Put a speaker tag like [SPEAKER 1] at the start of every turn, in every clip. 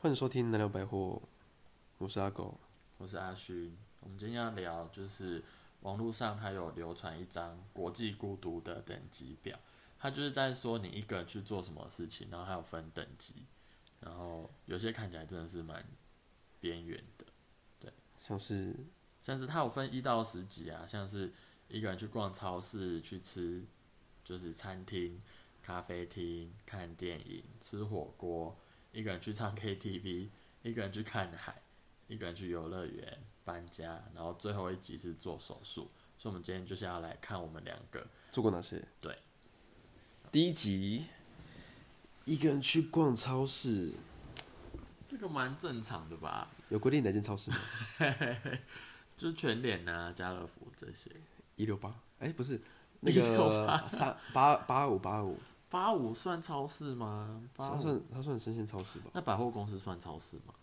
[SPEAKER 1] 欢迎收听南聊百货，我是阿狗。
[SPEAKER 2] 我是阿勋。我们今天要聊就是网络上它有流传一张国际孤独的等级表，它就是在说你一个人去做什么事情，然后还有分等级，然后有些看起来真的是蛮边缘的，
[SPEAKER 1] 像是
[SPEAKER 2] 像是它有分一到十级啊，像是一个人去逛超市、去吃就是餐厅、咖啡厅、看电影、吃火锅，一个人去唱 KTV，一个人去看海，一个人去游乐园、搬家，然后最后一集是做手术。所以，我们今天就是要来看我们两个
[SPEAKER 1] 做过哪些？
[SPEAKER 2] 对，
[SPEAKER 1] 第一集，一个人去逛超市，
[SPEAKER 2] 这个蛮正常的吧，
[SPEAKER 1] 有规定哪间超市吗？
[SPEAKER 2] 就是全脸啊、家乐福这些。
[SPEAKER 1] 一六八？哎，不是，那个三八八五八五，
[SPEAKER 2] 八五算超市吗？八
[SPEAKER 1] 它
[SPEAKER 2] 五
[SPEAKER 1] 算它算生鲜超市吧？
[SPEAKER 2] 那百货公司算超市吗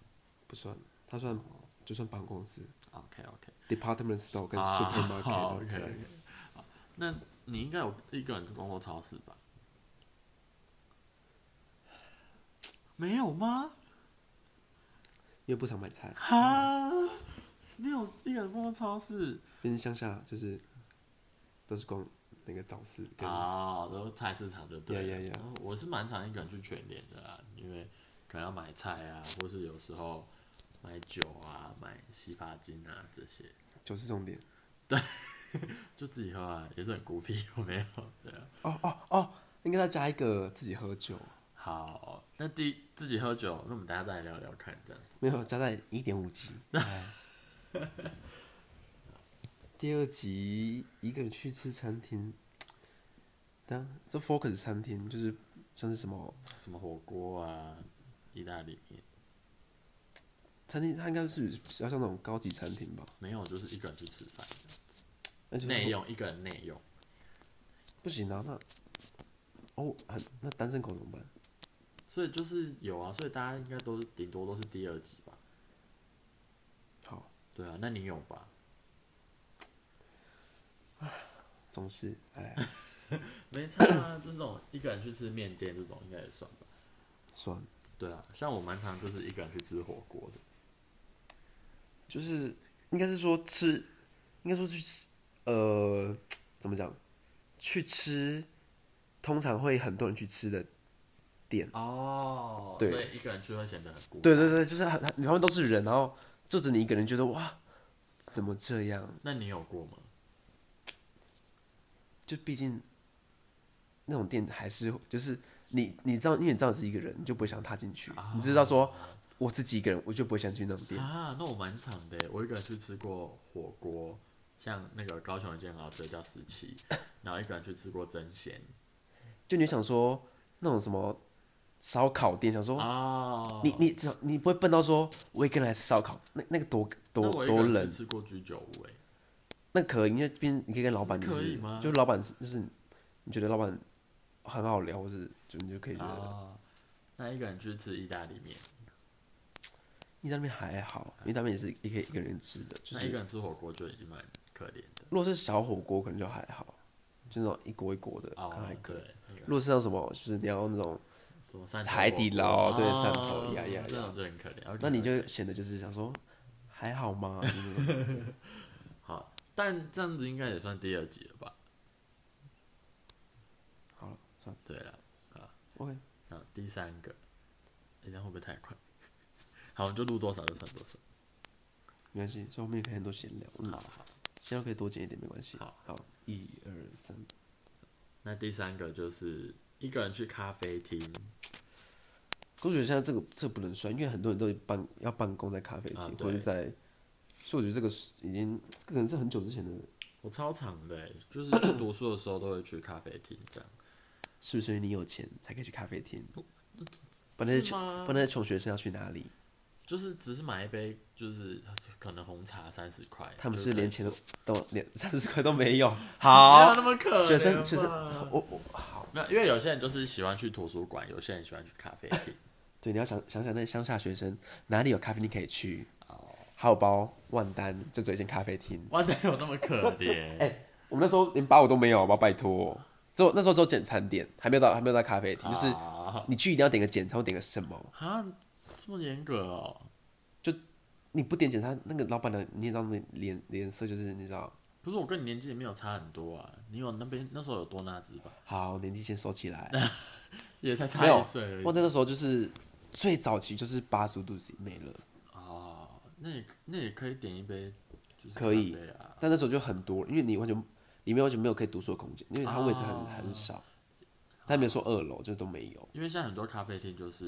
[SPEAKER 1] 不算，它算就算办公司
[SPEAKER 2] ？OK OK。
[SPEAKER 1] department store 跟
[SPEAKER 2] 啊
[SPEAKER 1] supermarket
[SPEAKER 2] 好
[SPEAKER 1] 的概念。
[SPEAKER 2] OK，OK 那你应该有一个人逛过超市吧？没有吗？
[SPEAKER 1] 因为不常买菜，
[SPEAKER 2] 哈，没有一个人逛过超市
[SPEAKER 1] 因为乡下就是都是逛那个早市跟
[SPEAKER 2] 啊，然后菜市场就对了。
[SPEAKER 1] Yeah, yeah, yeah
[SPEAKER 2] 哦我是蛮常一个人去全联的啦，因为可能要买菜啊，或是有时候买酒啊、买洗发精啊这些，
[SPEAKER 1] 酒是重点。
[SPEAKER 2] 就自己喝啊，也是很孤僻， 我没有对啊。
[SPEAKER 1] 哦哦哦，应该再加一个自己喝酒，
[SPEAKER 2] 好，那第自己喝酒，那我们大家再来聊聊看，这样子。
[SPEAKER 1] 没有加在一点五级。第二集一个人去吃餐厅，当这 focus 餐厅就是像是什么
[SPEAKER 2] 什么火锅啊，意大利面，
[SPEAKER 1] 餐厅，它应该是比较像那种高级餐厅吧？
[SPEAKER 2] 没有，就是一个人去吃饭的，
[SPEAKER 1] 那就是
[SPEAKER 2] 内用一个人内用，
[SPEAKER 1] 不行啊，那哦，很那单身狗怎么办？
[SPEAKER 2] 所以就是有啊，所以大家应该都是顶多都是第二级吧？
[SPEAKER 1] 好，
[SPEAKER 2] 对啊，那你有吧？
[SPEAKER 1] 总是哎
[SPEAKER 2] 没差啊，就这种一个人去吃面店这种应该也算吧？
[SPEAKER 1] 算，
[SPEAKER 2] 对啊，像我蛮常就是一个人去吃火锅的，
[SPEAKER 1] 就是应该是说吃，应该说去吃，呃，怎么讲？去吃，通常会很多人去吃的店。
[SPEAKER 2] 哦
[SPEAKER 1] 对
[SPEAKER 2] 所以一个人去会显得很孤单。
[SPEAKER 1] 对对对，就是很很他们都是人，然后就只你一个人觉得哇，怎么这样？
[SPEAKER 2] 那你有过吗？
[SPEAKER 1] 就毕竟那种店还是就是你你知道，因为你知道你是一个人，你就不会想踏进去。你知道说我自己一个人，我就不会想去那种店。
[SPEAKER 2] 啊，那我蛮常的耶，我一个人去吃过火锅，像那个高雄一间很好吃的叫十 七，然后一个人去吃过真鲜。
[SPEAKER 1] 就你想说那种什么烧烤店，想说
[SPEAKER 2] 哦，
[SPEAKER 1] 你你只你不会笨到说我一个人来吃烧烤，那那个多
[SPEAKER 2] 那
[SPEAKER 1] 多
[SPEAKER 2] 我一
[SPEAKER 1] 多
[SPEAKER 2] 个人
[SPEAKER 1] 冷
[SPEAKER 2] 去，吃过居酒屋哎，
[SPEAKER 1] 那可以，因为毕竟你可以跟老板就
[SPEAKER 2] 可以
[SPEAKER 1] 是
[SPEAKER 2] 吗，
[SPEAKER 1] 就老板是就是你觉得老板很好聊，或是就你就可以觉得
[SPEAKER 2] 哦，那一个人去吃意大利面，
[SPEAKER 1] 意大利面还好，意大利面也是也可以一个人吃的，就
[SPEAKER 2] 那嗯一
[SPEAKER 1] 是
[SPEAKER 2] 个人吃火锅就已经蛮可怜的
[SPEAKER 1] 如果是小火锅可能就还好，就那种一锅一锅的可能还
[SPEAKER 2] 嗯哦，
[SPEAKER 1] 可以。
[SPEAKER 2] 对，那
[SPEAKER 1] 如
[SPEAKER 2] 个
[SPEAKER 1] 果是像什么，就是你要那种，
[SPEAKER 2] 什么汕头
[SPEAKER 1] 海底捞
[SPEAKER 2] 火锅
[SPEAKER 1] 对
[SPEAKER 2] 哦
[SPEAKER 1] 汕头呀呀呀
[SPEAKER 2] 那种就很可怜。
[SPEAKER 1] 那你
[SPEAKER 2] OK，OK
[SPEAKER 1] 就显得就是想说还好 吗？就是那种
[SPEAKER 2] 好，但这样子应该也算第二集了吧？
[SPEAKER 1] 好了，算了
[SPEAKER 2] 对了。
[SPEAKER 1] ，OK，
[SPEAKER 2] 啊，第三个，诶这样会不会太快？ 好，我们就录多少就算多少。
[SPEAKER 1] 没关系，所以后面可以很多闲聊，嗯
[SPEAKER 2] 好，好，
[SPEAKER 1] 现在可以多剪一点没关系。
[SPEAKER 2] 好，
[SPEAKER 1] 一二三，
[SPEAKER 2] 那第三个就是一个人去咖啡厅
[SPEAKER 1] 可是我觉得现在这个这个不能算，因为很多人都办要办公在咖啡厅、
[SPEAKER 2] 啊对
[SPEAKER 1] 或者是在，所以我觉得这个是已经这可能是很久之前的，
[SPEAKER 2] 我超常的欸，就是去读书的时候都会去咖啡厅这样。
[SPEAKER 1] 是不是因为你有钱才可以去咖啡厅？本来
[SPEAKER 2] 哦是
[SPEAKER 1] 穷，
[SPEAKER 2] 吗
[SPEAKER 1] 本来穷学生要去哪里？
[SPEAKER 2] 就是只是买一杯，就是可能红茶三十块，
[SPEAKER 1] 他们
[SPEAKER 2] 就是
[SPEAKER 1] 连
[SPEAKER 2] 可以
[SPEAKER 1] 钱都都连 三十块都没有。
[SPEAKER 2] 没
[SPEAKER 1] 好
[SPEAKER 2] 有，那么可怜吧
[SPEAKER 1] 学生学生，
[SPEAKER 2] 啊
[SPEAKER 1] 我我好，
[SPEAKER 2] 没有，因为有些人就是喜欢去图书馆，有些人喜欢去咖啡厅。
[SPEAKER 1] 对，你要想想想那些乡下学生哪里有咖啡厅可以去？还有包万丹就只有一间咖啡厅。
[SPEAKER 2] 哇，哪有那么可怜？
[SPEAKER 1] 哎、我们那时候连八五都没有，好吧，拜托。只有那时候只有简餐店，还没有到还没有到咖啡厅，就是
[SPEAKER 2] 啊
[SPEAKER 1] 你去一定要点个简餐，或点个什么，
[SPEAKER 2] 啊，这么严格哦？
[SPEAKER 1] 你不点检他，那个老板的你也知道那脸脸色就是你知道，
[SPEAKER 2] 可是我跟你年纪也没有差很多啊，你有那边那时候有多纳兹吧？
[SPEAKER 1] 好年纪先收起来。
[SPEAKER 2] 也才差
[SPEAKER 1] 没有
[SPEAKER 2] 一岁而已
[SPEAKER 1] 我。那个时候就是最早期就是八十度 C 没了，
[SPEAKER 2] 哦，那也那也可以点一杯，就是
[SPEAKER 1] 可以
[SPEAKER 2] 咖啡啊。
[SPEAKER 1] 但那时候就很多，因为你完全里面完全没有可以读书的空间，因为它位置很、
[SPEAKER 2] 哦
[SPEAKER 1] 很少，但没有说二楼就都没有。
[SPEAKER 2] 因为现在很多咖啡厅就是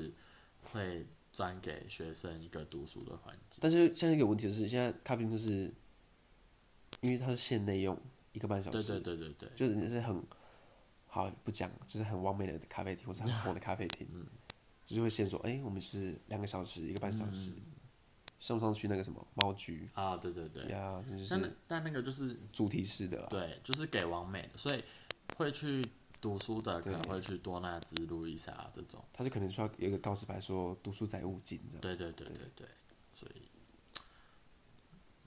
[SPEAKER 2] 会专给学生一个读书的环境。
[SPEAKER 1] 但是现在有问题的是，现在咖啡厅就是因为它是限内用一个半小
[SPEAKER 2] 对
[SPEAKER 1] 时，
[SPEAKER 2] 对对对对，
[SPEAKER 1] 就是你是很好不讲，就是很完美的咖啡厅或是很红的咖啡 厅，
[SPEAKER 2] 嗯
[SPEAKER 1] 就是会限说，哎、我们是两个小时一个半小时，
[SPEAKER 2] 嗯
[SPEAKER 1] 上不上去那个什么猫居
[SPEAKER 2] 啊，对对对。
[SPEAKER 1] 呀，这就
[SPEAKER 2] 但那
[SPEAKER 1] 是
[SPEAKER 2] 但那个就是
[SPEAKER 1] 主题式的啦。
[SPEAKER 2] 对，就是给完美的，所以会去读书的可能
[SPEAKER 1] 对
[SPEAKER 2] 会去多纳兹、路易莎这种。
[SPEAKER 1] 他就可能需要有一个告示牌说“读书仔勿近”这样。
[SPEAKER 2] 对对对对对，所以，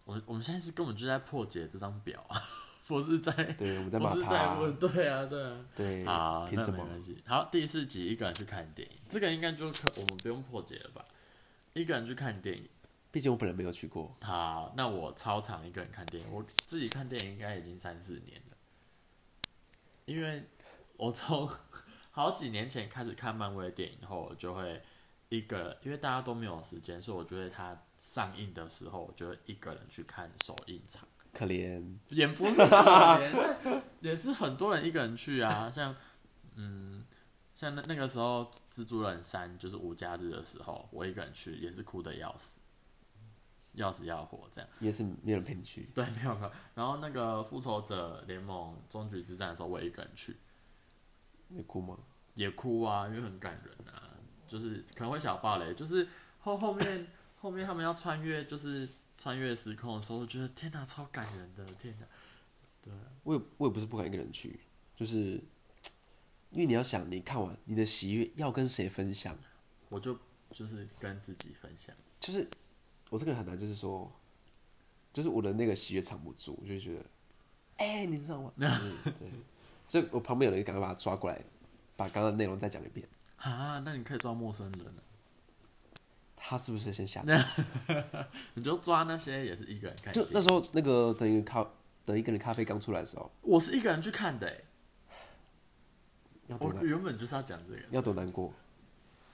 [SPEAKER 2] 我我们现在是根本就在破解这张表啊，不是在
[SPEAKER 1] 对，我们在
[SPEAKER 2] 不
[SPEAKER 1] 骂
[SPEAKER 2] 是在
[SPEAKER 1] 他
[SPEAKER 2] 问，。对啊对啊。
[SPEAKER 1] 对，
[SPEAKER 2] 好，
[SPEAKER 1] 凭
[SPEAKER 2] 那
[SPEAKER 1] 什
[SPEAKER 2] 没
[SPEAKER 1] 么？
[SPEAKER 2] 关系。好，第四集一个人去看电影，这个应该就可我们不用破解了吧？一个人去看电影，
[SPEAKER 1] 毕竟我本人没有去过。
[SPEAKER 2] 好，那我超常一个人看电影，我自己看电影应该已经三四年了，因为我从 好几年前开始看漫威的电影后，我就会一个人，因为大家都没有时间，所以我觉得它上映的时候，我就会一个人去看首映场。
[SPEAKER 1] 可怜，
[SPEAKER 2] 也不是可怜，但也是很多人一个人去啊，像嗯，像那那个时候《蜘蛛人三》就是无家日的时候，我一个人去也是哭的要死，要死要活这样。
[SPEAKER 1] 也是没有人陪你去。
[SPEAKER 2] 对，没有没有。然后那个《复仇者联盟：终局之战》的时候，我也一个人去，
[SPEAKER 1] 你哭吗？
[SPEAKER 2] 也哭啊，因为很感人啊，就是可能会小爆雷，就是后后面后面他们要穿越，就是穿越时空的时候，我觉得天哪、超感人的，天哪、对啊。
[SPEAKER 1] 我也我也不是不敢一个人去，就是因为你要想，你看完你的喜悦要跟谁分享？
[SPEAKER 2] 我就就是跟自己分享。
[SPEAKER 1] 就是我这个人很难，就是说，就是我的那个喜悦藏不住，我就觉得，哎、你知道 吗？就是对，所以我旁边有人就赶快把他抓过来，把刚刚的内容再讲一遍。
[SPEAKER 2] 啊，那你可以抓陌生人啊，
[SPEAKER 1] 他是不是先下单？
[SPEAKER 2] 你就抓那些也是一个人看电
[SPEAKER 1] 就
[SPEAKER 2] 影。
[SPEAKER 1] 那时候那个等一个咖等一个人咖啡刚出来的时候，
[SPEAKER 2] 我是一个人去看的、欸，
[SPEAKER 1] 要多
[SPEAKER 2] 我
[SPEAKER 1] 难
[SPEAKER 2] 原本就是要讲这个，
[SPEAKER 1] 啊要多难过。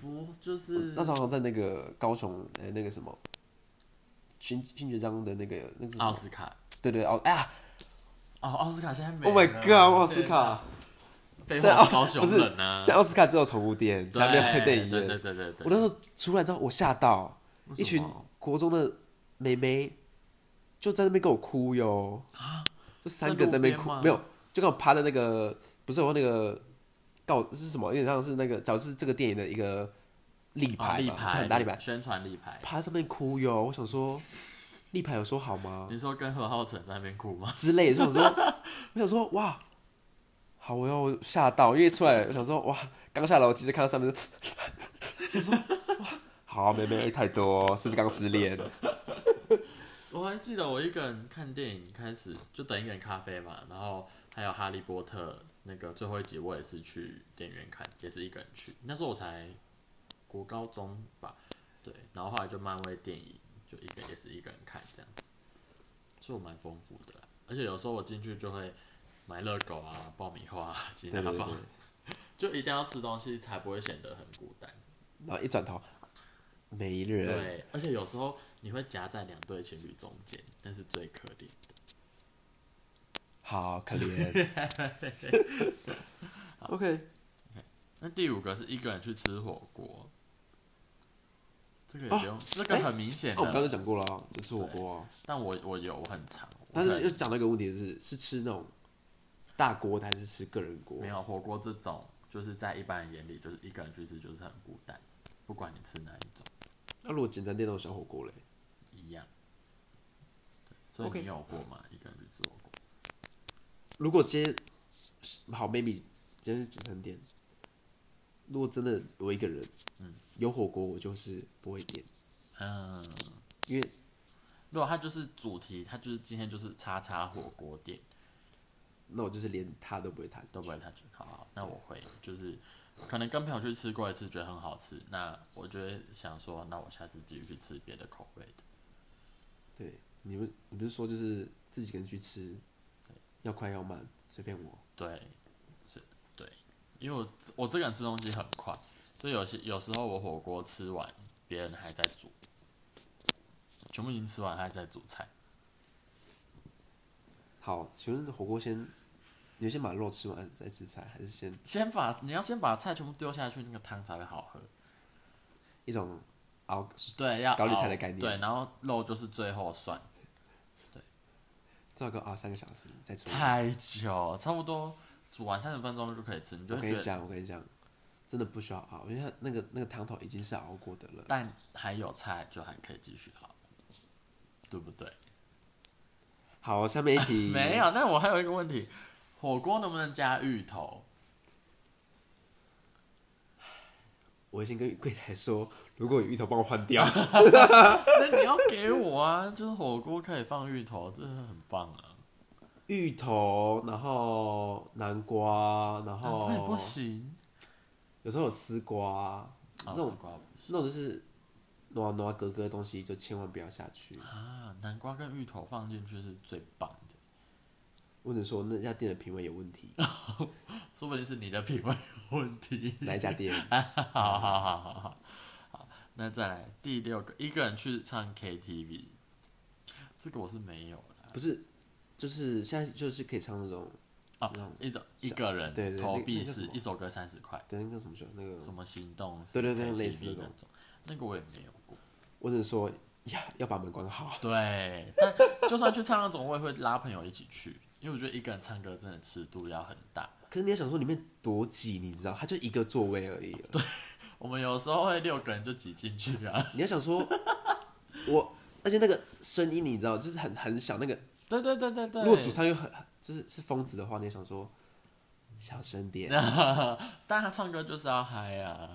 [SPEAKER 2] 不就是
[SPEAKER 1] 那时候好像在那个高雄呃、那个什么新新爵章的那个那个是什
[SPEAKER 2] 奥
[SPEAKER 1] 么？
[SPEAKER 2] 斯卡
[SPEAKER 1] 对对哦哎呀
[SPEAKER 2] 哦，奥斯卡现在没了。
[SPEAKER 1] ，Oh my God，奥斯卡！
[SPEAKER 2] 废
[SPEAKER 1] 现在
[SPEAKER 2] 话
[SPEAKER 1] 奥
[SPEAKER 2] 是高
[SPEAKER 1] 不
[SPEAKER 2] 雄
[SPEAKER 1] 是
[SPEAKER 2] 人啊，
[SPEAKER 1] 现在奥斯卡只有宠物店，现在没有开
[SPEAKER 2] 对
[SPEAKER 1] 电影
[SPEAKER 2] 哎对对
[SPEAKER 1] 院。
[SPEAKER 2] 对对对，
[SPEAKER 1] 我那时候出来之后，我吓到
[SPEAKER 2] 为什
[SPEAKER 1] 一群
[SPEAKER 2] 么哦
[SPEAKER 1] 国中的妹妹就在那边跟我哭哟就三个在那边哭
[SPEAKER 2] 啊在路边吗，
[SPEAKER 1] 没有，就跟我趴在那个不是有那个告是什么？有点像是那个，假如是这个电影的一个立
[SPEAKER 2] 啊
[SPEAKER 1] 牌
[SPEAKER 2] 立
[SPEAKER 1] 嘛，它
[SPEAKER 2] 牌
[SPEAKER 1] 很大立牌，
[SPEAKER 2] 宣传立牌。
[SPEAKER 1] 趴在上面哭哟。我想说，立牌有说好吗？
[SPEAKER 2] 你说跟何浩晨在那边哭吗？
[SPEAKER 1] 之类的， 就想说，我想说哇，好，我要吓到，因为出来我想说哇，刚下楼其实看到上面，就 想说哇，好，妹妹太多，是不是刚失恋？
[SPEAKER 2] 我还记得我一个人看电影开始就等一个人咖啡嘛，然后还有《哈利波特》那个最后一集，我也是去电影院看，也是一个人去。那时候我才国高中吧，对，然后后来就漫威电影就一个也是一个人看这样子，所以我蛮丰富的啦。而且有时候我进去就会买热狗啊、爆米花、啊、鸡
[SPEAKER 1] 对
[SPEAKER 2] 蛋
[SPEAKER 1] 对对
[SPEAKER 2] 饭，，就一定要吃东西才不会显得很孤单。
[SPEAKER 1] 然后一转头没人，
[SPEAKER 2] 对，而且有时候你会夹在两对情侣中间，那是最可怜。
[SPEAKER 1] 好可 怜。OK，
[SPEAKER 2] 那第五个是一个人去吃火锅，这个也
[SPEAKER 1] 哦
[SPEAKER 2] 不用，这
[SPEAKER 1] 哎
[SPEAKER 2] 个很明显
[SPEAKER 1] 那我们刚才
[SPEAKER 2] 的。
[SPEAKER 1] 讲过了啊，就吃火锅啊，
[SPEAKER 2] 但我我有我很长，我
[SPEAKER 1] 但是
[SPEAKER 2] 可
[SPEAKER 1] 又
[SPEAKER 2] 能
[SPEAKER 1] 讲到一个问题，就是是吃那种大锅的还是吃个人锅
[SPEAKER 2] 没？有火锅这种，就是在一般人眼里，就是一个人去吃就是很孤单，不管你吃哪一种
[SPEAKER 1] 那如果简餐店那种小火锅嘞？
[SPEAKER 2] 一样。对所以
[SPEAKER 1] OK
[SPEAKER 2] 你有过吗？一个人去吃火锅？
[SPEAKER 1] 如果今天好，maybe 今天是简餐店，如果真的我一个人，嗯，有火锅我就是不会点，
[SPEAKER 2] 嗯，
[SPEAKER 1] 因为
[SPEAKER 2] 如果它就是主题，它就是今天就是叉叉火锅店，
[SPEAKER 1] 那我就是连他都不会谈，
[SPEAKER 2] 都不会太准。好好，那我会就是可能跟朋友去吃过一次，觉得很好吃，那我就会想说，那我下次继续去吃别的口味的。
[SPEAKER 1] 对，你不你不是说就是自己一个人去吃，要快要慢，随便我。
[SPEAKER 2] 对，是，对，因为我我这个人吃东西很快，所以有些有时候我火锅吃完，别人还在煮，全部已经吃完，还在煮菜。
[SPEAKER 1] 好，请问火锅先，你先把肉吃完再吃菜，还是先
[SPEAKER 2] 先把你要先把菜全部丢下去，那个汤才会好喝。
[SPEAKER 1] 一种熬
[SPEAKER 2] 对，要
[SPEAKER 1] 高丽菜
[SPEAKER 2] 熬
[SPEAKER 1] 的概念
[SPEAKER 2] 对，然后肉就是最后算，
[SPEAKER 1] 最好给我熬三个小时再出？
[SPEAKER 2] 太久，差不多煮完三十分钟就可以吃，你就
[SPEAKER 1] 我
[SPEAKER 2] 会
[SPEAKER 1] 跟
[SPEAKER 2] 觉
[SPEAKER 1] 你
[SPEAKER 2] 得
[SPEAKER 1] 讲，我跟你讲，真的不需要熬，因为它那个那个汤头已经是熬过的了。
[SPEAKER 2] 但还有菜就还可以继续熬，对不对？
[SPEAKER 1] 好，下面一题。
[SPEAKER 2] 没有，但我还有一个问题，火锅能不能加芋头？
[SPEAKER 1] 我先跟柜台说，如果有芋头帮我换掉。
[SPEAKER 2] 那你要给我啊， 就是火锅可以放芋头，这很棒啊。
[SPEAKER 1] 芋头，然后南瓜，然
[SPEAKER 2] 难
[SPEAKER 1] 后
[SPEAKER 2] 怪不行，
[SPEAKER 1] 有时候有丝瓜，
[SPEAKER 2] 哦
[SPEAKER 1] 那种
[SPEAKER 2] 丝瓜不行
[SPEAKER 1] 那种就是啊挪挪格格的东西，就千万不要下去。
[SPEAKER 2] 啊，南瓜跟芋头放进去是最棒的，
[SPEAKER 1] 或者说那家店的品味有问 题，
[SPEAKER 2] 说不定是你的品味 有问题。
[SPEAKER 1] 哪一家店？
[SPEAKER 2] 好好好好好，那再来第六个，一个人去唱 KTV，这个我是没有的
[SPEAKER 1] 不是，就是现在就是可以唱那种，
[SPEAKER 2] 啊
[SPEAKER 1] 那种，
[SPEAKER 2] 一种一个人
[SPEAKER 1] 对对
[SPEAKER 2] 投
[SPEAKER 1] 那
[SPEAKER 2] 币
[SPEAKER 1] 那叫什
[SPEAKER 2] 式，
[SPEAKER 1] 么
[SPEAKER 2] 一首歌三十块，
[SPEAKER 1] 对，那个什么酒，那个
[SPEAKER 2] 什么行动式
[SPEAKER 1] 对对对
[SPEAKER 2] KTV
[SPEAKER 1] 类似
[SPEAKER 2] 那
[SPEAKER 1] 那种
[SPEAKER 2] 种，那个我也没有过。
[SPEAKER 1] 我只能说呀，要把门关好。
[SPEAKER 2] 对，但就算去唱那种，我也会拉朋友一起去，因为我觉得一个人唱歌真的尺度要很大。
[SPEAKER 1] 可是你要想说里面多挤，你知道，它就一个座位而已。
[SPEAKER 2] 我们有时候会六个人就挤进去啊。
[SPEAKER 1] 你要想说，我而且那个声音你知道，就是很很小，那个
[SPEAKER 2] 对对对对对。
[SPEAKER 1] 如果主唱又很就是是疯子的话，你也想说小声 点。
[SPEAKER 2] 但他唱歌就是要嗨啊。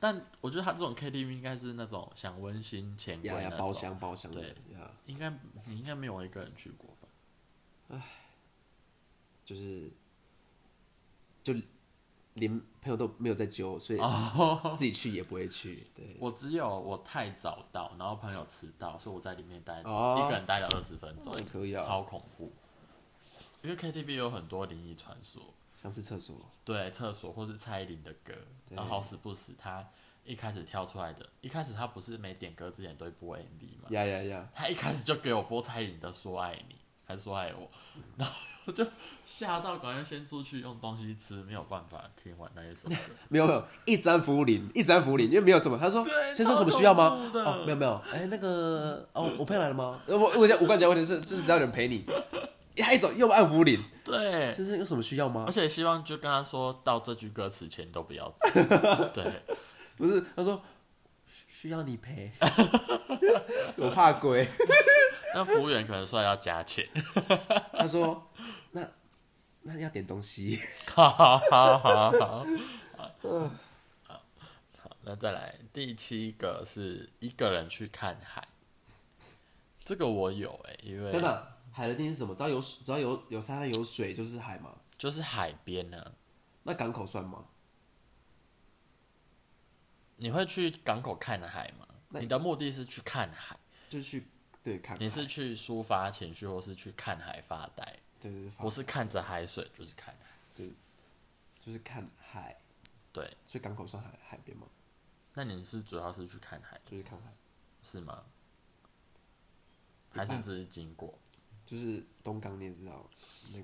[SPEAKER 2] 但我觉得他这种 KTV 应该是那种想温馨前卫
[SPEAKER 1] 呀呀
[SPEAKER 2] 那，
[SPEAKER 1] 包
[SPEAKER 2] 种，
[SPEAKER 1] 厢包厢的
[SPEAKER 2] 对
[SPEAKER 1] 呀，
[SPEAKER 2] 应该你应该没有一个人去过吧？
[SPEAKER 1] 就是就连朋友都没有在揪，所以
[SPEAKER 2] 哦，
[SPEAKER 1] 自己去也不会去。对，
[SPEAKER 2] 我只有我太早到，然后朋友迟到，所以我在里面待、
[SPEAKER 1] 哦
[SPEAKER 2] 一个人待了二十分钟
[SPEAKER 1] 那，可以啊，
[SPEAKER 2] 超恐怖。因为 KTV 有很多灵异传说，
[SPEAKER 1] 想去厕所。
[SPEAKER 2] 对厕所或是蔡依林的歌，
[SPEAKER 1] 对
[SPEAKER 2] 然后好死不死他一开始跳出来的，一开始他不是每点歌之前都会播 MV 嘛，
[SPEAKER 1] 呀呀呀！
[SPEAKER 2] 他一开始就给我播蔡依林的《说爱你》还是《说爱我》，然后我就吓到，赶快先出去用东西吃，没有办法听完那一首歌。
[SPEAKER 1] 没有没有，一直按服务铃，一直按服务铃，因为没有什么。他说
[SPEAKER 2] 对
[SPEAKER 1] 先说什么需要
[SPEAKER 2] 超
[SPEAKER 1] 吗
[SPEAKER 2] 恐？怖的
[SPEAKER 1] 哦，没有没有，哎、那个哦，我朋友来了吗？呃我我讲我刚讲问题是，是只要有人陪你，他一走又按服务铃，
[SPEAKER 2] 对，
[SPEAKER 1] 先生有什么需要吗
[SPEAKER 2] 而？且希望就跟他说到这句歌词前都不要 走。对，
[SPEAKER 1] 不是，他说需需要你 陪，我怕鬼。
[SPEAKER 2] 那服务员可能说要加钱。
[SPEAKER 1] 他说那那要点东西，
[SPEAKER 2] 好好好好好，好，那再来第七个是一个人去看海，这个我有哎、因
[SPEAKER 1] 等
[SPEAKER 2] 为
[SPEAKER 1] 等，海的定义是什么？只要有只要有有沙滩有水就是海嘛。
[SPEAKER 2] 就是海边啊呢、
[SPEAKER 1] 那港口算吗？
[SPEAKER 2] 你会去港口看海吗？
[SPEAKER 1] 那
[SPEAKER 2] 你的目的是去看海，
[SPEAKER 1] 就是去对看海，
[SPEAKER 2] 你是去抒发情绪，或是去看海发呆，
[SPEAKER 1] 对对对，
[SPEAKER 2] 不是看着海水就是看海。
[SPEAKER 1] 就是看海，
[SPEAKER 2] 对，
[SPEAKER 1] 所以港口算海海边吗？
[SPEAKER 2] 那你是主要是去看海，
[SPEAKER 1] 就是看海，
[SPEAKER 2] 是吗？
[SPEAKER 1] 一般
[SPEAKER 2] 还是只是经过？
[SPEAKER 1] 就是东港你也知道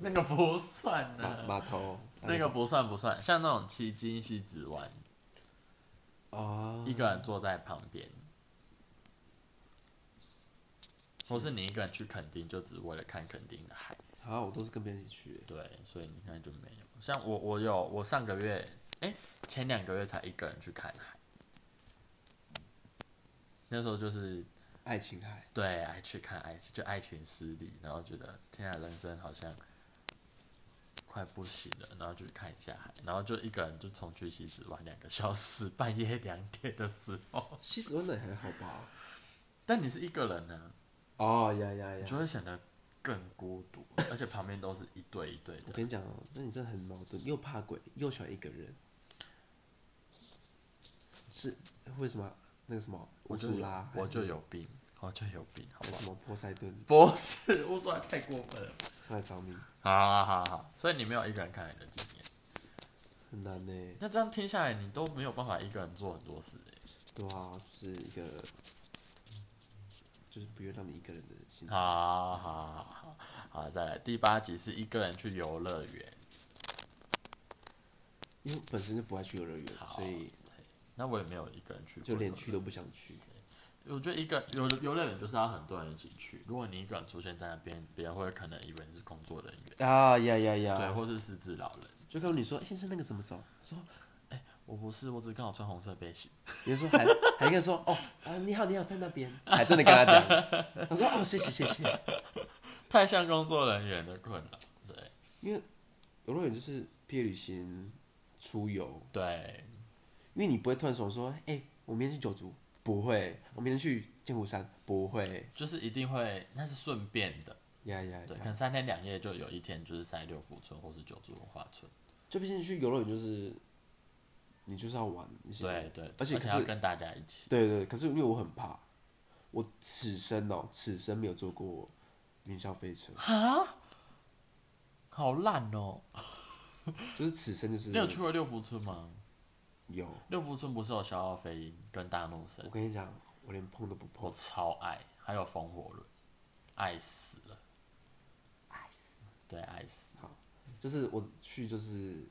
[SPEAKER 1] 那
[SPEAKER 2] 那
[SPEAKER 1] 个
[SPEAKER 2] 个不算啊呢、
[SPEAKER 1] 码码头
[SPEAKER 2] 嗯那个不算不算，像那种七金西子湾，
[SPEAKER 1] 哦，
[SPEAKER 2] 一个人坐在旁边，或是你一个人去垦丁，就只为了看垦丁的海。
[SPEAKER 1] 好，我都是跟别人一起去，
[SPEAKER 2] 对，所以你看就没有。像我，我有，我上个月，哎、前两个月才一个人去看海。那时候就是
[SPEAKER 1] 爱琴海，
[SPEAKER 2] 对，爱去看爱情，就爱情失利，然后觉得天啊，人生好像快不行了，然后就看一下海，然后就一个人就从去西子玩两个小时，半夜两点的时候。
[SPEAKER 1] 西子湾那里还好吧？
[SPEAKER 2] 但你是一个人呢、
[SPEAKER 1] 哦呀呀
[SPEAKER 2] 你
[SPEAKER 1] 呀！
[SPEAKER 2] 就会显得更孤独，而且旁边都是一对一对
[SPEAKER 1] 我
[SPEAKER 2] 的。
[SPEAKER 1] 跟你讲哦，那你真的很矛盾，又怕鬼，又喜欢一个人，是为什么那个什么乌
[SPEAKER 2] 我就
[SPEAKER 1] 苏
[SPEAKER 2] 有
[SPEAKER 1] 拉，
[SPEAKER 2] 我
[SPEAKER 1] 还是
[SPEAKER 2] 就有病，我就有病，好不
[SPEAKER 1] 什
[SPEAKER 2] 好？
[SPEAKER 1] 么波塞顿
[SPEAKER 2] 不是，乌苏拉太过分了。
[SPEAKER 1] 上来找你，
[SPEAKER 2] 好好好好，所以你没有一个人看海的经验。
[SPEAKER 1] 很难呢、
[SPEAKER 2] 那这样听下来，你都没有办法一个人做很多事、欸。
[SPEAKER 1] 对啊，就是一个就是不愿让你一个人的心情。
[SPEAKER 2] 好好好好好，再来第八集是一个人去游乐园。
[SPEAKER 1] 因为我本身就不爱去游乐园，
[SPEAKER 2] 好
[SPEAKER 1] 所以
[SPEAKER 2] 那我也没有一个人去过，
[SPEAKER 1] 就连去都不想去。
[SPEAKER 2] 我觉得一个游游乐园就是要很多人一起去，如果你一个人出现在那边，别人会可能以为你是工作人员，
[SPEAKER 1] 啊呀呀呀！
[SPEAKER 2] 对，或是失智老人。
[SPEAKER 1] 就跟你说，欸先生那个怎么走？说，
[SPEAKER 2] 我不是，我只刚好穿红色背心。
[SPEAKER 1] 有人说还 还跟他说哦啊你好你好在那边，还真的跟他讲。我说哦谢谢谢谢。
[SPEAKER 2] 太像工作人员的困扰。对
[SPEAKER 1] 游乐园就是毕业旅行出游，
[SPEAKER 2] 对，
[SPEAKER 1] 因为你不会突然想说，哎、我明天去九族，不会；我明天去剑湖山，不会。
[SPEAKER 2] 就是一定会，那是顺便的。
[SPEAKER 1] 呀呀
[SPEAKER 2] 对，可
[SPEAKER 1] 呀！
[SPEAKER 2] 能三天两夜就有一天就是塞六福村或是九族文化村。
[SPEAKER 1] 就毕竟去游乐园就是你就是要玩一些，
[SPEAKER 2] 对对，
[SPEAKER 1] 而且可是
[SPEAKER 2] 要跟大家一起。
[SPEAKER 1] 对对，可是因为我很怕，我此生哦、此生没有坐过云霄飞车，
[SPEAKER 2] 哈，好烂哦！
[SPEAKER 1] 就是此生就是
[SPEAKER 2] 你有去过六福村吗？
[SPEAKER 1] 有。
[SPEAKER 2] 六福村不是有小奥飞鹰跟大怒神
[SPEAKER 1] 我？跟你讲，我连碰都不
[SPEAKER 2] 我
[SPEAKER 1] 碰。
[SPEAKER 2] 超爱，还有风火轮，爱死了，爱死，对，爱死，
[SPEAKER 1] 就是我去就是，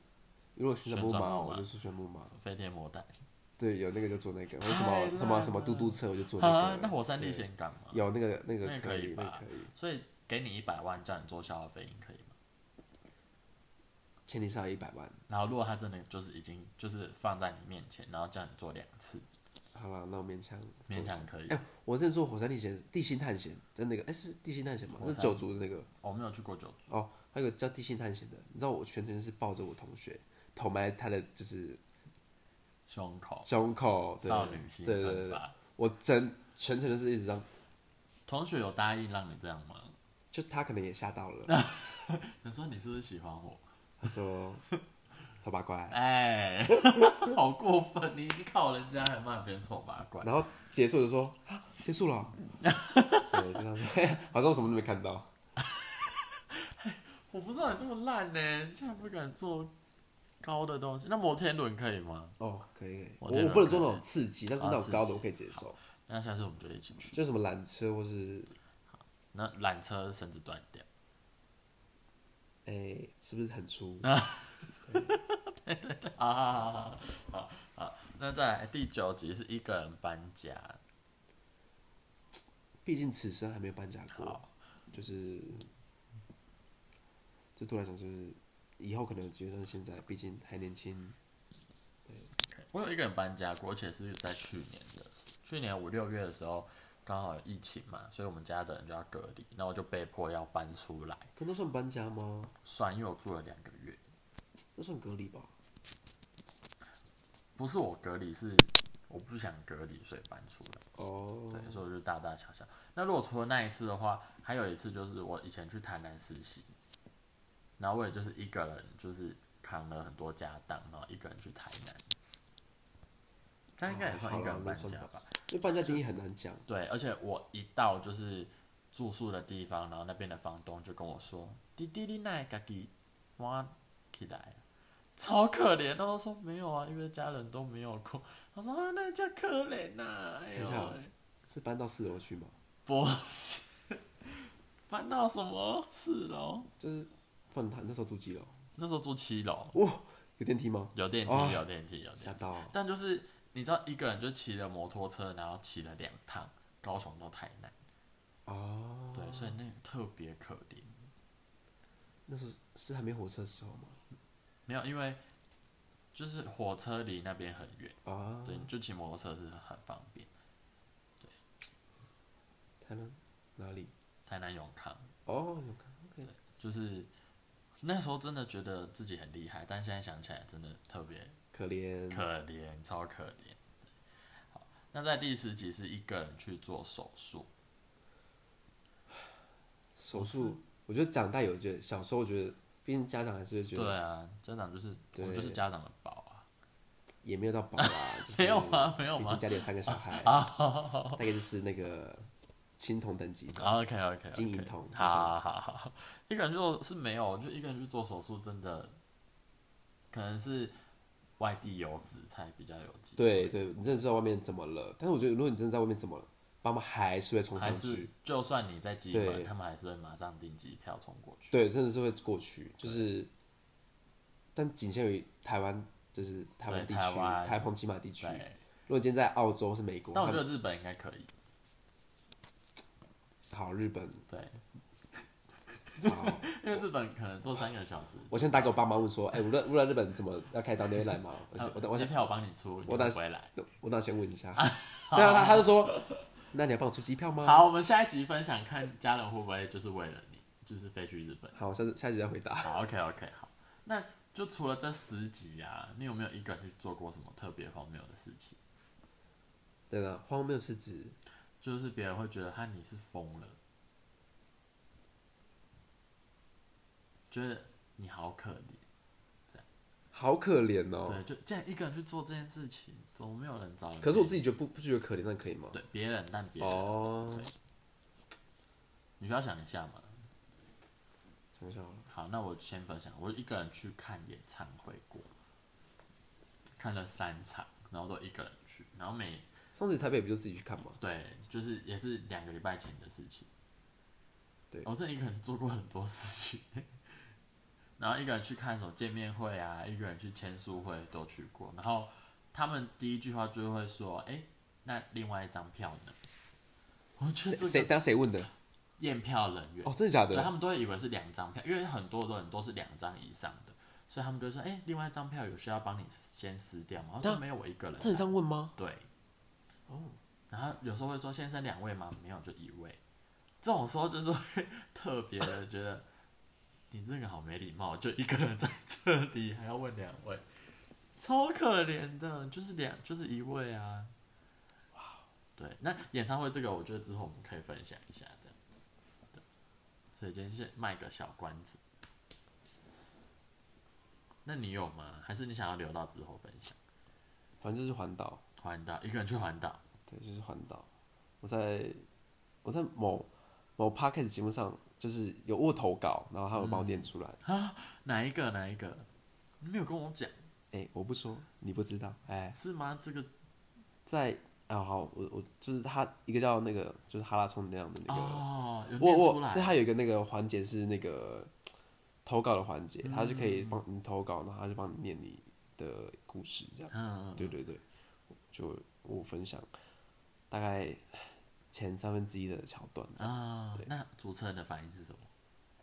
[SPEAKER 1] 如果旋转木
[SPEAKER 2] 旋转
[SPEAKER 1] 马，哦
[SPEAKER 2] 木
[SPEAKER 1] 我
[SPEAKER 2] 马
[SPEAKER 1] 就去旋转木马。
[SPEAKER 2] 飞天魔弹
[SPEAKER 1] 对，有那个就坐那个，或者什
[SPEAKER 2] 太
[SPEAKER 1] 么
[SPEAKER 2] 烂了
[SPEAKER 1] 什么什么嘟嘟车，我就坐
[SPEAKER 2] 啊
[SPEAKER 1] 那，
[SPEAKER 2] 那
[SPEAKER 1] 个。
[SPEAKER 2] 火山历险港嘛，
[SPEAKER 1] 有那个那个
[SPEAKER 2] 那个
[SPEAKER 1] 可
[SPEAKER 2] 可以
[SPEAKER 1] 以，那个
[SPEAKER 2] 吧
[SPEAKER 1] 可以。
[SPEAKER 2] 所以给你一百万叫你做小奥飞鹰可以吗？
[SPEAKER 1] 前提是要一百万。
[SPEAKER 2] 然后如果他真的就是已经就是放在你面前，然后叫你做两次，
[SPEAKER 1] 好了，那我勉强。
[SPEAKER 2] 勉。强可以
[SPEAKER 1] 哎、。我之前做火山历险、地心探险的那个，哎、是地心探险吗？
[SPEAKER 2] 火
[SPEAKER 1] 是
[SPEAKER 2] 山
[SPEAKER 1] 九族的那个
[SPEAKER 2] 我没有去过九族，
[SPEAKER 1] 哦，还有个叫地心探险的。你知道我全程是抱着我同学，头埋他的就是
[SPEAKER 2] 胸口
[SPEAKER 1] 胸口，对
[SPEAKER 2] 少女心
[SPEAKER 1] 对对
[SPEAKER 2] 喷
[SPEAKER 1] 对对，
[SPEAKER 2] 发。
[SPEAKER 1] 我整全程就是一直这样，
[SPEAKER 2] 同学有答应让你这样吗？
[SPEAKER 1] 就他可能也吓到了。
[SPEAKER 2] 你说你是不是喜欢我？
[SPEAKER 1] 他说：“丑八怪。
[SPEAKER 2] 哎， 好过分！你已经靠人家还骂别人丑八”怪。
[SPEAKER 1] 然后结束就说：“啊，结束了 哦。”对，就这样说，好像我什么都没看到。
[SPEAKER 2] 我不知道你那么烂呢、你竟然不敢做高的东西。那摩天轮可以吗？
[SPEAKER 1] 哦，可以可以，
[SPEAKER 2] 我
[SPEAKER 1] 我
[SPEAKER 2] 觉得
[SPEAKER 1] 我不能做那种刺激，
[SPEAKER 2] 啊
[SPEAKER 1] 但是那种高的我可以接受，
[SPEAKER 2] 那下次我们就一起去。
[SPEAKER 1] 就什么缆车或是
[SPEAKER 2] 那缆车绳子断掉，
[SPEAKER 1] 哎、是不是很粗？
[SPEAKER 2] 啊，好好好好好。那再来第九集是一个人搬家，
[SPEAKER 1] 毕竟此生还没有搬家过
[SPEAKER 2] 好，
[SPEAKER 1] 就是，就对我来讲就是，以后可能有机会，但是现在毕竟还年轻。
[SPEAKER 2] 我有一个人搬家过，而且是在去年的，去年五六月的时候，刚好有疫情嘛，所以我们家的人就要隔离，那我就被迫要搬出来，
[SPEAKER 1] 可那算搬家吗？
[SPEAKER 2] 算，因为我住了两个月，
[SPEAKER 1] 那算隔离吧？
[SPEAKER 2] 不是我隔离，是我不想隔离，所以搬出来。
[SPEAKER 1] 哦，
[SPEAKER 2] 对，所以我就大大小小。那如果除了那一次的话，还有一次就是我以前去台南实习，然后我也就是一个人，就是扛了很多家当，然后一个人去台南。这样应该也算一个人搬家
[SPEAKER 1] 哦好啦那
[SPEAKER 2] 吧？
[SPEAKER 1] 因为搬家定义很难讲。
[SPEAKER 2] 对，而且我一到就是住宿的地方，然后那边的房东就跟我说：“弟弟，你那家己挖起来啊。”超可怜，他都说没有啊，因为家人都没有空。他说啊，那叫可怜呐、哎呦
[SPEAKER 1] 等一下
[SPEAKER 2] 喂
[SPEAKER 1] 是搬到四楼去吗？
[SPEAKER 2] 不是，搬到什么四楼？
[SPEAKER 1] 就是换他那时候住几楼？
[SPEAKER 2] 那时候住七楼，
[SPEAKER 1] 有电梯吗？
[SPEAKER 2] 有电梯，
[SPEAKER 1] 哦
[SPEAKER 2] 有电梯，有
[SPEAKER 1] 吓
[SPEAKER 2] 电梯。
[SPEAKER 1] 到！
[SPEAKER 2] 但就是你知道，一个人就骑了摩托车，然后骑了两趟，高雄到台南，
[SPEAKER 1] 哦，
[SPEAKER 2] 对，所以那个特别可怜。
[SPEAKER 1] 那时候是还没火车的时候吗？
[SPEAKER 2] 没有，因为就是火车离那边很远，
[SPEAKER 1] 啊，
[SPEAKER 2] 对，你就骑摩托车是很方便。
[SPEAKER 1] 台南哪里？
[SPEAKER 2] 台南永康
[SPEAKER 1] 哦，有看
[SPEAKER 2] 就是那时候真的觉得自己很厉害，但现在想起来真的特别
[SPEAKER 1] 可怜，
[SPEAKER 2] 可怜，超可怜。对好，那在第十集是一个人去做手术，
[SPEAKER 1] 手术，我觉得长大有觉得，小时候我觉得，毕竟家长还是会觉
[SPEAKER 2] 对
[SPEAKER 1] 得，
[SPEAKER 2] 啊，家长就是我
[SPEAKER 1] 对
[SPEAKER 2] 们就是家长的宝啊，
[SPEAKER 1] 也没有到饱 啦，就是
[SPEAKER 2] 没有吗？没有
[SPEAKER 1] 毕竟
[SPEAKER 2] 吗？
[SPEAKER 1] 家里有三个小孩，
[SPEAKER 2] 啊，OK
[SPEAKER 1] 大概就是那个青铜等级的。
[SPEAKER 2] OK OK，
[SPEAKER 1] 金银铜
[SPEAKER 2] 好好好好好，一个人就是没有，就一个人去做手术，真的可能是外地游子才比较有机
[SPEAKER 1] 对
[SPEAKER 2] 会，
[SPEAKER 1] 对，你真的知道外面怎么了？但是我觉得，如果你真的在外面怎么了，爸妈还是会冲
[SPEAKER 2] 还
[SPEAKER 1] 上
[SPEAKER 2] 是
[SPEAKER 1] 去。
[SPEAKER 2] 就算你在机
[SPEAKER 1] 对
[SPEAKER 2] 本，他们还是会马上订机票冲过去。
[SPEAKER 1] 对，真的是会过去，就是，但仅限于台湾，就是台湾地
[SPEAKER 2] 对
[SPEAKER 1] 区，
[SPEAKER 2] 台湾
[SPEAKER 1] 台澎金马地区。
[SPEAKER 2] 对，
[SPEAKER 1] 如果今天在澳洲是美国，
[SPEAKER 2] 但我觉
[SPEAKER 1] 他
[SPEAKER 2] 得日本应该可以。
[SPEAKER 1] 们好日本
[SPEAKER 2] 对，
[SPEAKER 1] 好。
[SPEAKER 2] 因为日本可能坐三个小时，
[SPEAKER 1] 哦我现在打给我爸妈问 说，哎、我在我在日本怎么要开刀，你会来吗？我
[SPEAKER 2] 呃
[SPEAKER 1] 我等我
[SPEAKER 2] 机
[SPEAKER 1] 想
[SPEAKER 2] 票我帮你出，你
[SPEAKER 1] 我打
[SPEAKER 2] 不会来。
[SPEAKER 1] 我那先问一 下。对啊，他他就说，那你要帮我出机票吗？
[SPEAKER 2] 好，我们下一集分享，看家人会不会就是为了你，就是飞去日本。
[SPEAKER 1] 好，我下次下一集再回答。
[SPEAKER 2] 好，OK OK，好，那就除了这十集啊，你有没有一个人去做过什么特别荒谬的事情？
[SPEAKER 1] 对的，荒谬是指
[SPEAKER 2] 就是别人会觉得哈你是疯了，觉得你好可怜，
[SPEAKER 1] 好可怜哦、
[SPEAKER 2] 对，就竟然一个人去做这件事情，怎么没有人找你？
[SPEAKER 1] 可是我自己觉得不不觉得可怜，那可以吗？
[SPEAKER 2] 对别人，但别人，
[SPEAKER 1] 哦，
[SPEAKER 2] 你需要想一下嘛。
[SPEAKER 1] 想一下好了，
[SPEAKER 2] 好，那我先分享，我一个人去看演唱会过，看了三场，然后都一个人去，然后每
[SPEAKER 1] 上次台北不就自己去看吗？
[SPEAKER 2] 对，就是也是两个礼拜前的事情。哦
[SPEAKER 1] 对
[SPEAKER 2] 我、这一个人做过很多事情， 然后一个人去看什么见面会啊，一个人去签书会都去过。然后他们第一句话就会说：“哎、那另外一张票呢？”我觉
[SPEAKER 1] 谁
[SPEAKER 2] 得
[SPEAKER 1] 谁
[SPEAKER 2] 这个
[SPEAKER 1] 当谁问的？
[SPEAKER 2] 验票人员
[SPEAKER 1] 哦，真的假
[SPEAKER 2] 所以他
[SPEAKER 1] 的？
[SPEAKER 2] 们都会以为是两张票，因为很多人都是两张以上的，所以他们就会说：“哎、另外一张票有需要帮你先撕掉吗？”我说：“
[SPEAKER 1] 那
[SPEAKER 2] 没有，我一个人。”
[SPEAKER 1] 正上问吗？
[SPEAKER 2] 对，哦，然后有时候会说先生两位吗？没有，就一位。这种时候就是会特别的觉得你这个好没礼貌，就一个人在这里还要问两位，超可怜的，就是两就是一位啊。对，那演唱会这个，我觉得之后我们可以分享一下这样子。对，所以今天先卖个小关子。那你有吗？还是你想要留到之后分享？
[SPEAKER 1] 反正就是环岛，
[SPEAKER 2] 环岛，一个人去环岛。
[SPEAKER 1] 对，就是环岛。我在我在某某 podcast 节目上，就是有我投稿，然后他有帮我念出来。
[SPEAKER 2] 哪一个？哪一个？你没有跟我讲
[SPEAKER 1] 哎、我不说，你不知道。哎，
[SPEAKER 2] 是吗？这个
[SPEAKER 1] 在啊好，我我就是他一个叫那个就是哈拉冲那样的那个。
[SPEAKER 2] 哦，有
[SPEAKER 1] 我
[SPEAKER 2] 念
[SPEAKER 1] 我
[SPEAKER 2] 出来
[SPEAKER 1] 那它有一个那个环节是那个投稿的环节，
[SPEAKER 2] 嗯
[SPEAKER 1] 他就可以帮你投稿，然后他就帮你念你的故事这样。
[SPEAKER 2] 嗯，
[SPEAKER 1] 对对对，就我分享大概前三分之一的桥段这样，
[SPEAKER 2] 啊
[SPEAKER 1] 对，
[SPEAKER 2] 那主持人的反应是什么？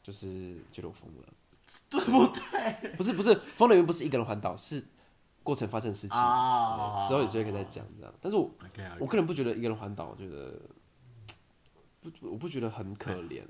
[SPEAKER 1] 就是觉得我疯了。
[SPEAKER 2] 对不对？
[SPEAKER 1] 不是不是，疯了原因不是一个人环岛，是过程发生的事情。
[SPEAKER 2] 啊
[SPEAKER 1] 对，之后有机会可以再讲这样。但是我
[SPEAKER 2] OK 啊
[SPEAKER 1] 我，个人不觉得一个人环岛，我觉得不，我不觉得很可怜。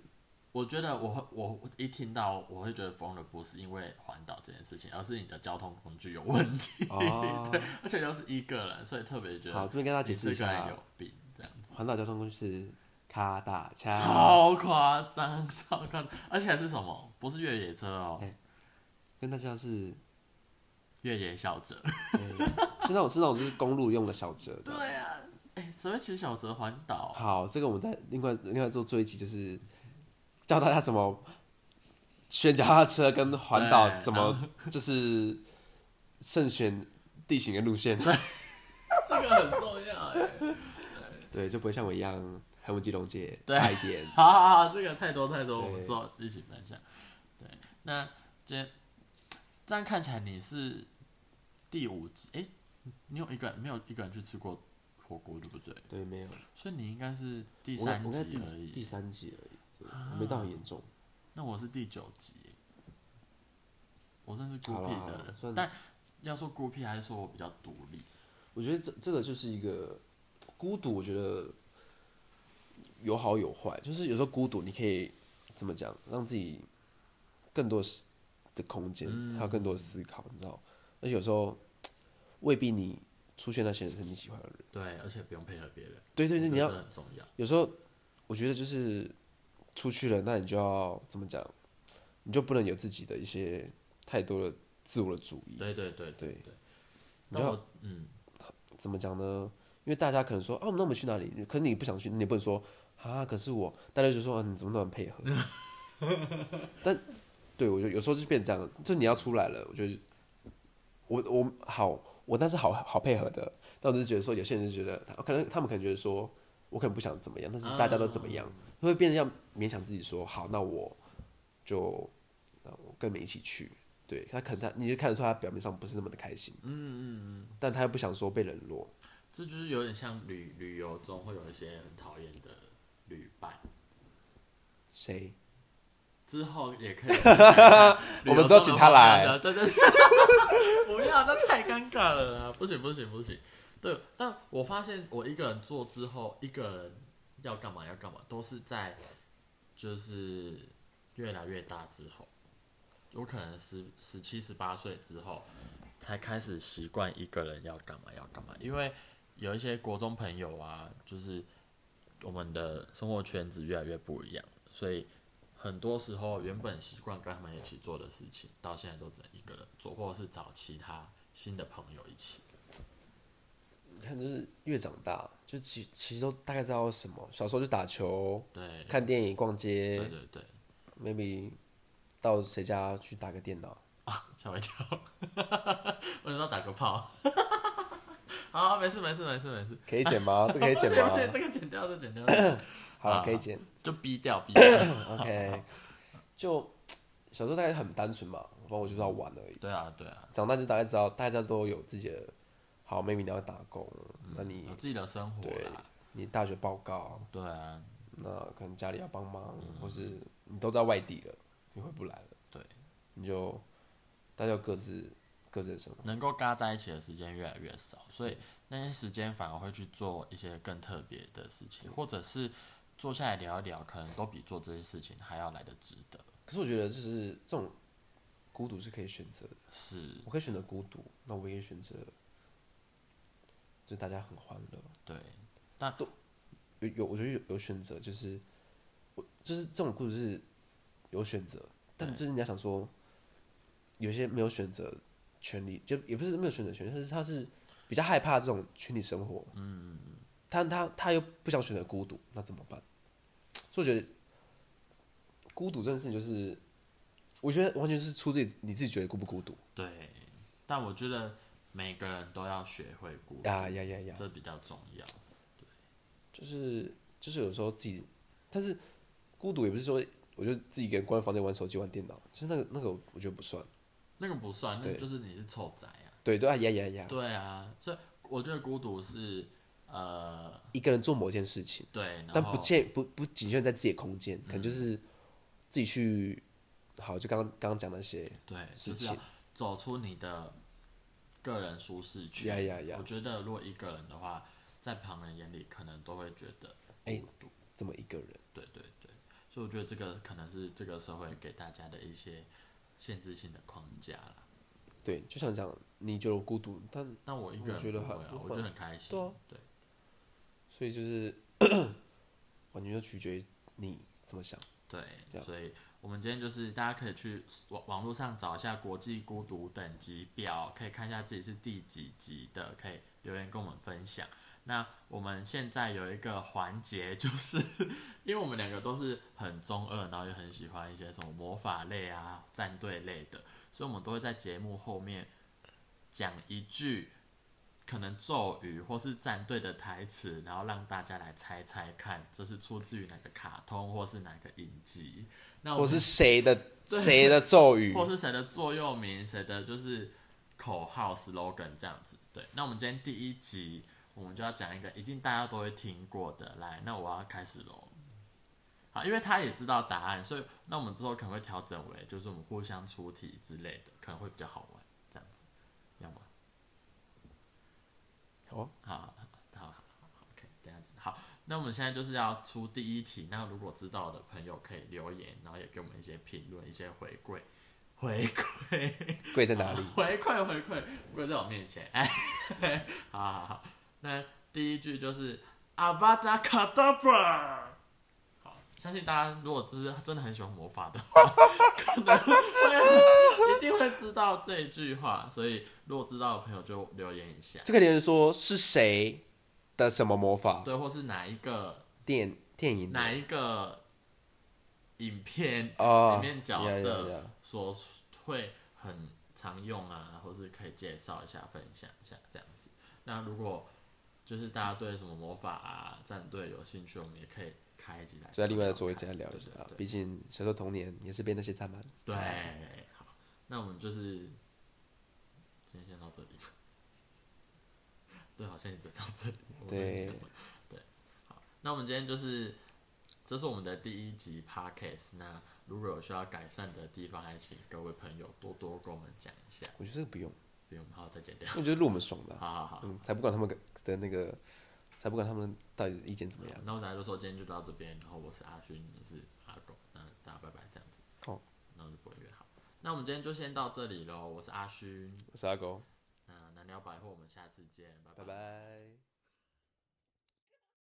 [SPEAKER 2] 我觉得我会我一听到我会觉得疯了，不是因为环岛这件事情，而是你的交通工具有问题，
[SPEAKER 1] 哦
[SPEAKER 2] 对， 而且又是一个人，所以特别觉
[SPEAKER 1] 好，
[SPEAKER 2] 得
[SPEAKER 1] 这边跟大家解
[SPEAKER 2] 你
[SPEAKER 1] 释
[SPEAKER 2] 这
[SPEAKER 1] 一
[SPEAKER 2] 个
[SPEAKER 1] 下啊
[SPEAKER 2] 人，有病这样子。
[SPEAKER 1] 环岛交通工具是卡打枪，
[SPEAKER 2] 超夸张，超夸张，而且还是什么？不是越野车
[SPEAKER 1] 哎
[SPEAKER 2] 哦，
[SPEAKER 1] 跟大家是，
[SPEAKER 2] 越野小车。
[SPEAKER 1] 呃是那种是那种就是公路用的小折这样。
[SPEAKER 2] 对啊，哎、所以其实小泽环岛
[SPEAKER 1] 好，这个我们在另外另外做做一集，就是教大家怎么选脚踏车跟环岛
[SPEAKER 2] 对
[SPEAKER 1] 怎么就是慎选地形跟路线，
[SPEAKER 2] 这个很重要哎、
[SPEAKER 1] 欸对，就不会像我一样还有基隆街
[SPEAKER 2] 对
[SPEAKER 1] 差一点。
[SPEAKER 2] 好好好，这个太多太多，
[SPEAKER 1] 对
[SPEAKER 2] 我们之后一起分享。对，那今天这样看起来你是第五集，哎、你有一个人没有一个人去吃过火锅对不对？
[SPEAKER 1] 对，没有，
[SPEAKER 2] 所以你应该是第
[SPEAKER 1] 我
[SPEAKER 2] 三
[SPEAKER 1] 我在
[SPEAKER 2] 集
[SPEAKER 1] 第
[SPEAKER 2] 而
[SPEAKER 1] 第
[SPEAKER 2] 已，
[SPEAKER 1] 三集而已，对我没到很严重。
[SPEAKER 2] 那我是第九集耶、我真是孤
[SPEAKER 1] 好啦
[SPEAKER 2] 僻
[SPEAKER 1] 好
[SPEAKER 2] 的
[SPEAKER 1] 啦
[SPEAKER 2] 人，
[SPEAKER 1] 算
[SPEAKER 2] 但要说孤僻还是说我比较独立，
[SPEAKER 1] 我觉得这这个就是一个孤独，我觉得有好有坏，就是有时候孤独你可以怎么讲，让自己更多思的空间，还有更多的思考，你知道？而且有时候未必你出现那些人是你喜欢的人，
[SPEAKER 2] 对，而且不用配合别人，
[SPEAKER 1] 对对对，
[SPEAKER 2] 我
[SPEAKER 1] 你
[SPEAKER 2] 觉
[SPEAKER 1] 要
[SPEAKER 2] 得这很重要。
[SPEAKER 1] 有时候我觉得就是出去了，那你就要怎么讲，你就不能有自己的一些太多的自我的主义，
[SPEAKER 2] 对对对
[SPEAKER 1] 对
[SPEAKER 2] 对，
[SPEAKER 1] 你
[SPEAKER 2] 那
[SPEAKER 1] 知道
[SPEAKER 2] 我嗯，
[SPEAKER 1] 怎么讲呢？因为大家可能说，哦，那我们去哪里？可是你不想去，你也不能说啊。可是我，大家就说、啊、你怎么那么配合？ 但对我就有时候就变这样，就你要出来了，我觉得我我好，我但是好好配合的。但我只是觉得说，有些人就觉得，可能他们可能觉得说我可能不想怎么样，但是大家都怎么样，会变得要勉强自己说，好，那我就那我跟你们一起去。对他可能他你就看得出他表面上不是那么的开心，嗯嗯嗯，但他又不想说被冷落，
[SPEAKER 2] 这就是有点像旅旅游中会有一些很讨厌的旅伴，
[SPEAKER 1] 谁？
[SPEAKER 2] 之后也可 以去看看旅
[SPEAKER 1] 我
[SPEAKER 2] 游中的
[SPEAKER 1] 们都请他来
[SPEAKER 2] 荒谬的，啊对对对，不要，那太尴尬了啦，不行不行不行。对，但我发现我一个人做之后，一个人要干嘛要干嘛，都是在就是越来越大之后，我可能十十七十八岁之后才开始习惯一个人要干嘛要干嘛，因为有一些国中朋友啊，就是我们的生活圈子越来越不一样，所以很多时候原本习惯跟他们一起做的事情，到现在都只能一个人做，或者是找其他新的朋友一起。
[SPEAKER 1] 你看，就是越长大，就其其实都大概知道什么。小时候就打球、
[SPEAKER 2] 对，
[SPEAKER 1] 看电影、逛
[SPEAKER 2] 对
[SPEAKER 1] 街
[SPEAKER 2] 对对，
[SPEAKER 1] ，maybe 到谁家去打个电脑。
[SPEAKER 2] 吓我一跳， 我想说打个炮。 好，没事没事没事没事，
[SPEAKER 1] 可以剪吗？这个可以
[SPEAKER 2] 不行
[SPEAKER 1] 剪吗
[SPEAKER 2] 不？行，这个剪掉，这个剪 掉，
[SPEAKER 1] 好
[SPEAKER 2] 啊
[SPEAKER 1] 了，可以剪。
[SPEAKER 2] 就逼掉逼掉。
[SPEAKER 1] OK，就小时候大概很单纯嘛，然后我就是要玩而已。
[SPEAKER 2] 对啊对啊，
[SPEAKER 1] 长大就大概知道，大家都有自己的。好，maybe 你要打工，那你
[SPEAKER 2] 有自己的生活啦。
[SPEAKER 1] 你大学报告，
[SPEAKER 2] 对啊，
[SPEAKER 1] 那可能家里要帮忙，或是你都在外地了，你回不来了，
[SPEAKER 2] 对，
[SPEAKER 1] 你就大家各自各自的生活。
[SPEAKER 2] 能够嘎在一起的时间越来越少，所以那些时间反而会去做一些更特别的事情，或者是坐下来聊一聊，可能都比做这些事情还要来的值得。
[SPEAKER 1] 可是我觉得，就是这种孤独是可以选择的，
[SPEAKER 2] 是，
[SPEAKER 1] 我可以选择孤独，那我也可以选择，就大家很欢乐。
[SPEAKER 2] 对，
[SPEAKER 1] 有有，我觉得有有选择，就是我就是这种故事是有选择，但就是你要想说，有些没有选择权利，就也不是没有选择权利，但是他是比较害怕这种群体生活，嗯，他他他又不想选择孤独，那怎么办？所以我觉得孤独这件事情就是，我觉得完全是出自己你自己觉得孤不孤独
[SPEAKER 2] 对。但我觉得每个人都要学会孤独，
[SPEAKER 1] 呀啊呀呀呀，
[SPEAKER 2] 这比较重要。
[SPEAKER 1] 就是就是有时候自己，但是孤独也不是说我就自己一个人关在房间玩手机玩电脑，就是那个那个我觉得不算。
[SPEAKER 2] 那个不算，那
[SPEAKER 1] 对
[SPEAKER 2] 个就是你是臭宅啊。
[SPEAKER 1] 对对啊呀呀呀，
[SPEAKER 2] 对啊，所以我觉得孤独是呃，
[SPEAKER 1] 一个人做某件事情，
[SPEAKER 2] 对，然
[SPEAKER 1] 但不
[SPEAKER 2] 后嗯
[SPEAKER 1] 限不不仅限在自己的空间，可能就是自己去，好就刚刚刚讲那些
[SPEAKER 2] 对，
[SPEAKER 1] 事
[SPEAKER 2] 就是要
[SPEAKER 1] 情
[SPEAKER 2] 走出你的个人舒适区。
[SPEAKER 1] 呀呀呀
[SPEAKER 2] 我，觉得如果一个人的话，在旁人眼里可能都会觉得
[SPEAKER 1] 哎
[SPEAKER 2] 孤独。
[SPEAKER 1] 这么一个人，
[SPEAKER 2] 对对对，所以我觉得这个可能是这个社会给大家的一些限制性的框架啦。
[SPEAKER 1] 对，就想讲你觉得我孤独，但
[SPEAKER 2] 但我一个人
[SPEAKER 1] 我觉得
[SPEAKER 2] 不会
[SPEAKER 1] 还
[SPEAKER 2] 啊，
[SPEAKER 1] 不
[SPEAKER 2] 我
[SPEAKER 1] 会
[SPEAKER 2] 觉得很开心。
[SPEAKER 1] 对啊
[SPEAKER 2] 对
[SPEAKER 1] 所以就是 完全就取决于你怎么想。
[SPEAKER 2] 对
[SPEAKER 1] 对啊
[SPEAKER 2] 所以我们今天就是大家可以去网网络上找一下国际孤独等级表，可以看一下自己是第几级的，可以留言跟我们分享。那我们现在有一个环节，就是 因为我们两个都是很中二，然后也很喜欢一些什么魔法类啊、战队类的，所以我们都会在节目后面讲一句可能咒语或是战队的台词，然后让大家来猜猜看，这是出自于哪个卡通或是哪个影集。那我
[SPEAKER 1] 我
[SPEAKER 2] 们
[SPEAKER 1] 是谁的谁的咒语？
[SPEAKER 2] 哦或是谁的座右铭，谁的就是口号 slogan 这样子。对，那我们今天第一集我们就要讲一个一定大家都会听过的，来，那我要开始喽。好，因为他也知道答案，所以那我们之后可能会调整为就是我们互相出题之类的，可能会比较好玩这样子，要吗？
[SPEAKER 1] 好啊，
[SPEAKER 2] 好，好，好好，OK，等一下讲。好，那我们现在就是要出第一题。那如果知道的朋友可以留言，然后也给我们一些评论、一些回馈，回馈。
[SPEAKER 1] 跪在哪里？
[SPEAKER 2] 回馈回馈，跪在我面前。哎， 好好好，那第一句就是阿巴扎卡达巴。好， 相信大家如果就是真的很喜欢魔法的话，可能会一定会知道这一句话，所以如果知道的朋友就留言一下，
[SPEAKER 1] 就可以连人说是谁的什么魔法
[SPEAKER 2] 对，或是哪一个
[SPEAKER 1] 电电影
[SPEAKER 2] 哪一个影片
[SPEAKER 1] 哦，
[SPEAKER 2] 里面角
[SPEAKER 1] yeah,
[SPEAKER 2] 色
[SPEAKER 1] yeah, yeah
[SPEAKER 2] 所会很常用啊，或是可以介绍一下、分享一下这样子。那如果就是大家对什么魔法啊、战队有兴趣，我们也可以开一集来，
[SPEAKER 1] 所以另外做一家聊一下
[SPEAKER 2] 对对，对
[SPEAKER 1] 毕竟小时候童年也是被那些占满。
[SPEAKER 2] 对，
[SPEAKER 1] 哎
[SPEAKER 2] 好，那我们就是今天先到这里。 对，好像也只到这里。我跟你
[SPEAKER 1] 对
[SPEAKER 2] 讲了对，好，那我们今天就是这是我们的第一集 podcast。那如果有需要改善的地方，还请各位朋友多多跟我们讲一下，
[SPEAKER 1] 我觉得这个不 用，
[SPEAKER 2] 不用我们好再剪掉。
[SPEAKER 1] 我觉得录我们爽的啊，
[SPEAKER 2] 好好好，
[SPEAKER 1] 嗯，才不管他们的那个，才不管他们到底意见怎么样。
[SPEAKER 2] 那我大家就说今天就到这边，然后我是阿勋，你是阿狗，那大家拜拜这样子。
[SPEAKER 1] 好，
[SPEAKER 2] 那我就不会约好。那我们今天就先到这里喽，我是阿勋。
[SPEAKER 1] 我是阿狗，
[SPEAKER 2] 那南寮百货，我们下次见，拜
[SPEAKER 1] 拜拜。